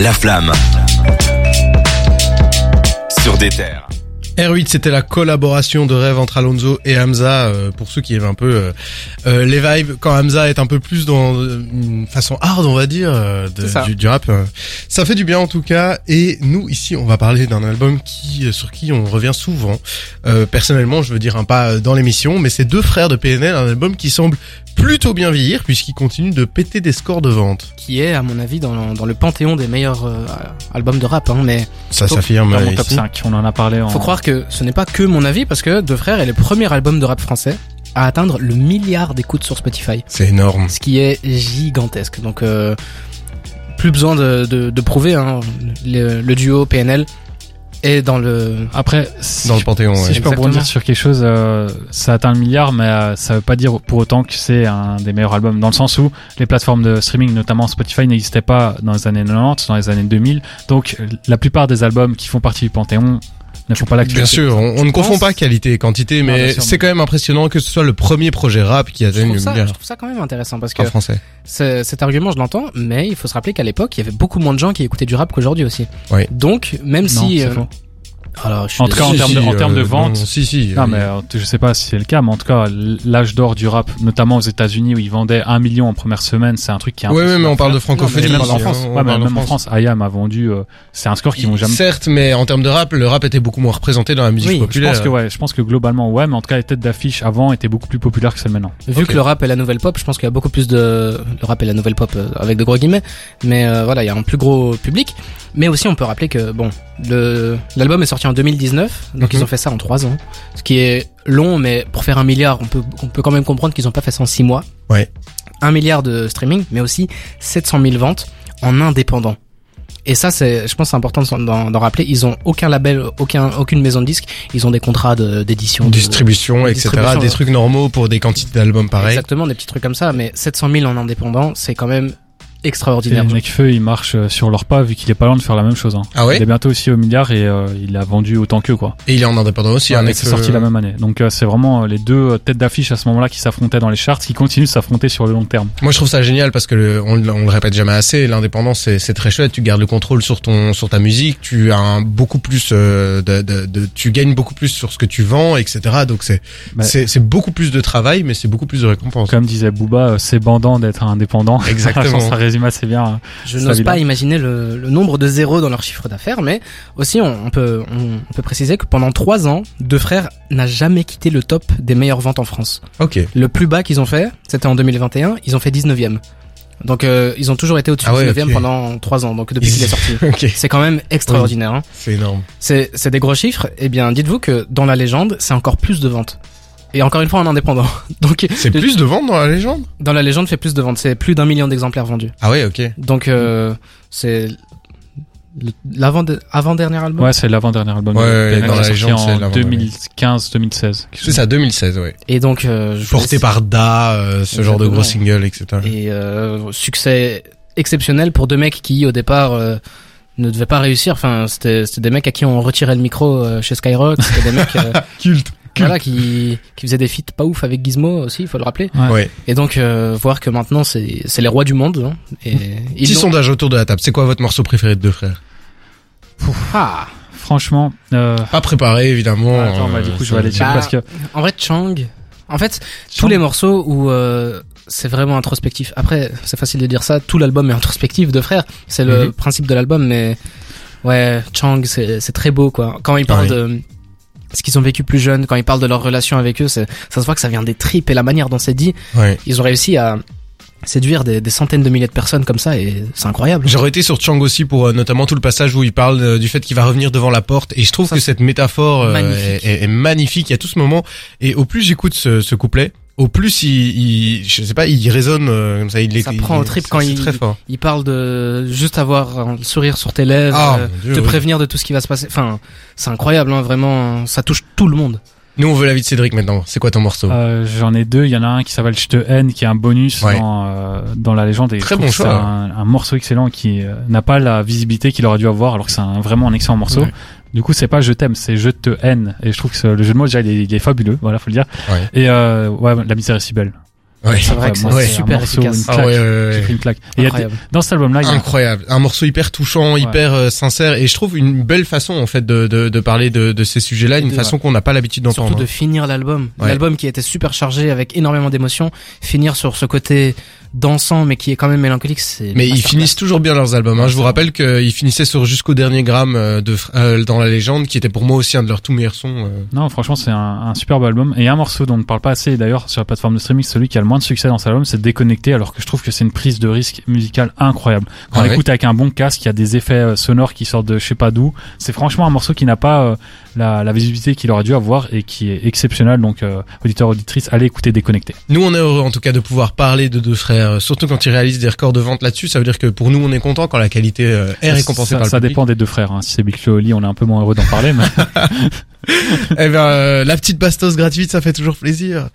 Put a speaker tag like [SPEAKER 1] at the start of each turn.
[SPEAKER 1] La flamme. Sur des terres.
[SPEAKER 2] R8, c'était la collaboration de rêve entre Alonso et Hamza, euh, pour ceux qui aiment un peu euh, euh, les vibes, quand Hamza est un peu plus dans euh, une façon hard, on va dire, euh, de-
[SPEAKER 3] C'est ça.
[SPEAKER 2] du, du rap. euh. Ça fait du bien en tout cas, et nous ici, on va parler d'un album qui euh, sur qui on revient souvent. Euh, personnellement, je veux dire, un pas dans l'émission, mais c'est deux frères de PNL, un album qui semble plutôt bien vieillir, puisqu'il continue de péter des scores de vente.
[SPEAKER 3] qui est à mon avis dans, dans le panthéon des meilleurs euh, albums de rap. Hein, mais
[SPEAKER 2] Ça
[SPEAKER 3] Top-
[SPEAKER 2] s'affirme
[SPEAKER 4] dans
[SPEAKER 2] euh,
[SPEAKER 4] mon top
[SPEAKER 2] ici.
[SPEAKER 4] 5. On en a parlé en.
[SPEAKER 3] faut croire que ce n'est pas que mon avis parce que Deux Frères est le premier album de rap français à atteindre le milliard d'écoutes sur Spotify,
[SPEAKER 2] C'est énorme.
[SPEAKER 3] ce qui est gigantesque. Donc euh, plus besoin de, de, de prouver hein, le, le duo PNL est dans le
[SPEAKER 4] Après, si,
[SPEAKER 2] Dans le
[SPEAKER 4] je,
[SPEAKER 2] Panthéon,
[SPEAKER 4] si
[SPEAKER 2] ouais.
[SPEAKER 4] je peux
[SPEAKER 3] Exactement.
[SPEAKER 4] rebondir sur quelque chose, euh, ça atteint le milliard, mais euh, ça veut pas dire pour autant que c'est un des meilleurs albums. Dans le sens où les plateformes de streaming, notamment Spotify, n'existaient pas dans les années 90, dans les années 2000. Donc, euh, la plupart des albums qui font partie du Panthéon ne font pas l'actualité.
[SPEAKER 2] Bien sûr, on, on ne
[SPEAKER 3] penses-
[SPEAKER 2] confond pas qualité et quantité,
[SPEAKER 4] Non,
[SPEAKER 2] mais
[SPEAKER 4] bien sûr,
[SPEAKER 2] c'est
[SPEAKER 4] mais-
[SPEAKER 2] quand même impressionnant que ce soit le premier projet rap qui
[SPEAKER 3] je
[SPEAKER 2] atteigne
[SPEAKER 3] trouve,
[SPEAKER 2] le
[SPEAKER 3] ça,
[SPEAKER 2] milliard
[SPEAKER 3] je trouve ça quand même intéressant parce que
[SPEAKER 2] en français.
[SPEAKER 3] ce- cet argument je l'entends mais il faut se rappeler qu'à l'époque il y avait beaucoup moins de gens qui écoutaient du rap qu'aujourd'hui aussi
[SPEAKER 2] Oui.
[SPEAKER 3] donc même
[SPEAKER 4] Non,
[SPEAKER 3] si
[SPEAKER 4] c'est
[SPEAKER 3] euh,
[SPEAKER 4] faux.
[SPEAKER 3] alors je suis
[SPEAKER 4] En tout cas,
[SPEAKER 3] désolé.
[SPEAKER 4] en termes de- en termes de vente-
[SPEAKER 2] non, si, si.
[SPEAKER 4] Non,
[SPEAKER 2] oui.
[SPEAKER 4] mais euh, je sais pas si c'est le cas, mais en tout cas, l'âge d'or du rap, notamment aux États-Unis où ils vendaient un million en première semaine, c'est un truc qui est
[SPEAKER 2] Ouais, ouais,
[SPEAKER 4] impossible
[SPEAKER 2] mais
[SPEAKER 4] à
[SPEAKER 2] on parle de
[SPEAKER 4] faire.
[SPEAKER 2] francophonie.
[SPEAKER 4] mais même
[SPEAKER 2] ici,
[SPEAKER 4] en
[SPEAKER 2] hein,
[SPEAKER 4] France.
[SPEAKER 2] on
[SPEAKER 4] Ouais, mais
[SPEAKER 2] parle de
[SPEAKER 4] même en France, IAM a vendu, euh, c'est un score qu'ils vont jamais
[SPEAKER 2] Certes, mais en termes de rap, le rap était beaucoup moins représenté dans la musique
[SPEAKER 3] Oui, je
[SPEAKER 2] populaire.
[SPEAKER 4] Je pense que ouais, je pense que globalement ouais, mais en tout cas les têtes d'affiche avant étaient beaucoup plus populaires que celles maintenant.
[SPEAKER 3] Vu
[SPEAKER 2] Ok.
[SPEAKER 3] que le rap est la nouvelle pop, je pense qu'il y a beaucoup plus de le rap est la nouvelle pop euh, avec de gros guillemets, mais euh, voilà, il y a un plus gros public. Mais aussi, on peut rappeler que bon, le l'album est sorti en 2019, donc
[SPEAKER 2] Mhm.
[SPEAKER 3] ils ont fait ça en trois ans, ce qui est long, mais pour faire un milliard, on peut on peut quand même comprendre qu'ils ont pas fait ça en six mois.
[SPEAKER 2] Ouais.
[SPEAKER 3] Un milliard de streaming, mais aussi 700 000 ventes en indépendant. Et ça, c'est, je pense, c'est important de s'en- d'en d'en rappeler. Ils ont aucun label, aucun, aucune maison de disques. Ils ont des contrats de- d'édition, de-
[SPEAKER 2] Distribution, etc.
[SPEAKER 3] Distribution,
[SPEAKER 2] des
[SPEAKER 3] ouais.
[SPEAKER 2] trucs normaux pour des quantités d'albums pareils.
[SPEAKER 3] Exactement, des petits trucs comme ça, mais 700 000 en indépendant, c'est quand même
[SPEAKER 4] Et
[SPEAKER 3] extraordinaire.
[SPEAKER 4] Nekfeu, il marche euh, sur leur pas vu qu'il est pas loin de faire la même chose. Hein.
[SPEAKER 2] Ah ouais
[SPEAKER 4] il est bientôt aussi au milliard et euh, il a vendu autant qu'eux quoi.
[SPEAKER 2] Et il est en indépendant aussi. hein,
[SPEAKER 4] Ouais,
[SPEAKER 2] un
[SPEAKER 4] mais
[SPEAKER 2] ex-
[SPEAKER 4] c'est sorti la même année. Donc euh, c'est vraiment euh, les deux euh, têtes d'affiche à ce moment-là qui s'affrontaient dans les charts, qui continuent de s'affronter sur le long terme.
[SPEAKER 2] Moi, je trouve ça génial parce que le- on, le- on le répète jamais assez. L'indépendance, c'est, c'est très chouette. Tu gardes le contrôle sur ton, sur ta musique. Tu as un beaucoup plus euh, de, de- de- tu gagnes beaucoup plus sur ce que tu vends, etc. Donc c'est,
[SPEAKER 4] Mais-
[SPEAKER 2] c'est, c'est beaucoup plus de travail, mais c'est beaucoup plus de récompense.
[SPEAKER 4] Comme disait Booba, euh, c'est bandant d'être indépendant. Je pense
[SPEAKER 2] Exactement.
[SPEAKER 4] que ça résume assez bien. hein.
[SPEAKER 3] Je
[SPEAKER 4] ça
[SPEAKER 3] n'ose
[SPEAKER 4] évident.
[SPEAKER 3] pas imaginer le, le nombre de zéros dans leur chiffre d'affaires, mais aussi on, on peut, on, on peut préciser que pendant trois ans, Deux Frères n'a jamais quitté le top des meilleures ventes en France.
[SPEAKER 2] ok.
[SPEAKER 3] Le plus bas qu'ils ont fait, c'était en 2021, ils ont fait 19e. Donc euh, ils ont toujours été au-dessus
[SPEAKER 2] Ah
[SPEAKER 3] de
[SPEAKER 2] ouais,
[SPEAKER 3] 19e
[SPEAKER 2] ok.
[SPEAKER 3] pendant trois ans, donc depuis
[SPEAKER 2] Ils-
[SPEAKER 3] qu'il est sorti.
[SPEAKER 2] Ok.
[SPEAKER 3] C'est quand même extraordinaire. hein.
[SPEAKER 2] C'est énorme.
[SPEAKER 3] C'est c'est des gros chiffres. Eh bien, dites-vous que dans la légende, c'est encore plus de ventes. Et encore une fois en indépendant. Donc
[SPEAKER 2] C'est plus de ventes dans la légende.
[SPEAKER 3] Dans la légende fait plus de ventes, c'est plus d'un million d'exemplaires vendus.
[SPEAKER 2] Ah ouais, ok.
[SPEAKER 3] Donc euh, c'est le- l'avant- avant-dernier album.
[SPEAKER 4] Ouais, c'est l'avant-dernier album.
[SPEAKER 2] Ouais,
[SPEAKER 4] de
[SPEAKER 2] ouais,
[SPEAKER 4] PNL,
[SPEAKER 2] dans la
[SPEAKER 4] sorti
[SPEAKER 2] légende, c'est
[SPEAKER 4] en
[SPEAKER 2] l'avant-dernier.
[SPEAKER 4] 2015-2016.
[SPEAKER 2] C'est ça, 2016, ouais.
[SPEAKER 3] Et donc euh, je vous
[SPEAKER 2] Porté
[SPEAKER 3] laisse-
[SPEAKER 2] par Da, euh, ce genre de gros
[SPEAKER 3] Exactement.
[SPEAKER 2] single, etc.
[SPEAKER 3] et euh, succès exceptionnel pour deux mecs qui au départ euh, ne devaient pas réussir. Enfin, c'était c'était des mecs à qui on retirait le micro euh, chez Skyrock, c'était des mecs euh,
[SPEAKER 2] Culte.
[SPEAKER 3] voilà qui qui faisaient des feats pas ouf avec Gizmo aussi, il faut le rappeler.
[SPEAKER 2] Ouais.
[SPEAKER 3] Et donc euh, voir que maintenant c'est c'est les rois du monde hein, et
[SPEAKER 2] Petit
[SPEAKER 3] ils l'ont-
[SPEAKER 2] sondage autour de la table. C'est quoi votre morceau préféré de deux frères
[SPEAKER 3] Ah.
[SPEAKER 4] Franchement, euh,
[SPEAKER 2] Pas préparé, évidemment. euh,
[SPEAKER 4] Attends, bah, du coup, je vais aller checker
[SPEAKER 3] Bah,
[SPEAKER 4] parce que
[SPEAKER 3] En vrai, Chang. En fait, tous les morceaux où euh, c'est vraiment introspectif. Après, c'est facile de dire ça. Tout l'album est introspectif, de frères. C'est le
[SPEAKER 2] Mhm.
[SPEAKER 3] principe de l'album, mais ouais, Chang, c'est c'est très beau, quoi. Quand ils parlent
[SPEAKER 2] Ouais.
[SPEAKER 3] de ce qu'ils ont vécu plus jeunes, quand ils parlent de leur relation avec eux, c'est- ça se voit que ça vient des tripes et la manière dont c'est dit.
[SPEAKER 2] Ouais.
[SPEAKER 3] Ils ont réussi à séduire des, des centaines de milliers de personnes comme ça, et c'est incroyable.
[SPEAKER 2] J'aurais été sur Chang aussi pour euh, notamment tout le passage où il parle euh, du fait qu'il va revenir devant la porte et je trouve
[SPEAKER 3] Ça,
[SPEAKER 2] que cette métaphore euh,
[SPEAKER 3] magnifique.
[SPEAKER 2] Est, est- est magnifique. Il y a tout ce moment et au plus j'écoute ce, ce couplet, au plus il, il- je sais pas, il résonne euh, comme ça. Il
[SPEAKER 3] Ça
[SPEAKER 2] est,
[SPEAKER 3] prend
[SPEAKER 2] il-
[SPEAKER 3] au trip
[SPEAKER 2] c'est-
[SPEAKER 3] quand
[SPEAKER 2] c'est
[SPEAKER 3] il-
[SPEAKER 2] très fort.
[SPEAKER 3] Ils parlent de juste avoir un sourire sur tes lèvres,
[SPEAKER 2] Ah,
[SPEAKER 3] euh,
[SPEAKER 2] mon Dieu,
[SPEAKER 3] te
[SPEAKER 2] oui.
[SPEAKER 3] prévenir de tout ce qui va se passer. Enfin, c'est incroyable, hein, vraiment. Ça touche tout le monde.
[SPEAKER 2] Nous on veut la vie de Cédric maintenant. C'est quoi ton morceau
[SPEAKER 4] euh, j'en ai deux. Il y en a un qui s'appelle Je te haine, qui est un bonus
[SPEAKER 2] Ouais.
[SPEAKER 4] dans, euh, dans la légende. Et je
[SPEAKER 2] Très
[SPEAKER 4] trouve
[SPEAKER 2] bon
[SPEAKER 4] que
[SPEAKER 2] choix.
[SPEAKER 4] C'est un, un morceau excellent qui euh, n'a pas la visibilité qu'il aurait dû avoir, alors que c'est un- vraiment un excellent morceau.
[SPEAKER 2] Ouais.
[SPEAKER 4] Du coup, c'est pas Je t'aime, c'est Je te haine. Et je trouve que ce- le jeu de mots, déjà, il est, il est fabuleux. Voilà, faut le dire.
[SPEAKER 2] Ouais.
[SPEAKER 4] Et euh, ouais, la misère est si belle.
[SPEAKER 2] Ouais.
[SPEAKER 3] C'est vrai que
[SPEAKER 4] Moi,
[SPEAKER 2] ouais.
[SPEAKER 3] c'est super
[SPEAKER 4] un morceau,
[SPEAKER 3] efficace.
[SPEAKER 4] une
[SPEAKER 2] Ah ouais, ouais,
[SPEAKER 4] J'ai
[SPEAKER 2] ouais.
[SPEAKER 4] pris une claque. Et il y a des-
[SPEAKER 3] Incroyable.
[SPEAKER 4] dans cet album-là, il y a
[SPEAKER 2] Incroyable, un morceau hyper touchant,
[SPEAKER 4] Ouais.
[SPEAKER 2] hyper euh, sincère, et je trouve une belle façon en fait de, de, de parler de, de ces sujets-là, une
[SPEAKER 3] de-
[SPEAKER 2] façon qu'on n'a pas l'habitude
[SPEAKER 3] Surtout
[SPEAKER 2] d'entendre.
[SPEAKER 3] de finir l'album.
[SPEAKER 2] Ouais.
[SPEAKER 3] L'album qui était super chargé avec énormément d'émotions. Finir sur ce côté dansant mais qui est quand même mélancolique, c'est.
[SPEAKER 2] Mais ils
[SPEAKER 3] masterclass.
[SPEAKER 2] finissent toujours bien leurs albums. Hein. Je vous rappelle qu'ils finissaient sur jusqu'au dernier gramme euh, de Fr- euh, dans la légende, qui était pour moi aussi un de leurs tout meilleurs sons. euh.
[SPEAKER 4] Non, franchement, c'est un, un superbe album. Et un morceau dont on ne parle pas assez, et d'ailleurs, sur la plateforme de streaming, celui qui a le moins de succès dans cet album, c'est Déconnecté, alors que je trouve que c'est une prise de risque musicale incroyable.
[SPEAKER 2] Ah
[SPEAKER 4] Quand on
[SPEAKER 2] ouais.
[SPEAKER 4] écoute avec un bon casque, il y a des effets euh, sonores qui sortent de je sais pas d'où. C'est franchement un morceau qui n'a pas euh, la, la visibilité qu'il aurait dû avoir et qui est exceptionnel. Donc, euh, auditeur, auditrice, allez écouter Déconnecté.
[SPEAKER 2] Nous, on est heureux en tout cas de pouvoir parler de deux frères, euh, surtout quand ils réalisent des records de vente là-dessus. Ça veut dire que pour nous, on est content quand la qualité euh, est récompensée
[SPEAKER 4] ça,
[SPEAKER 2] par le
[SPEAKER 4] ça
[SPEAKER 2] public.
[SPEAKER 4] dépend des deux frères. hein. Si c'est Big Flo et Oli, on est un peu moins heureux d'en parler, mais
[SPEAKER 2] Eh ben, euh, la petite bastos gratuite, ça fait toujours plaisir.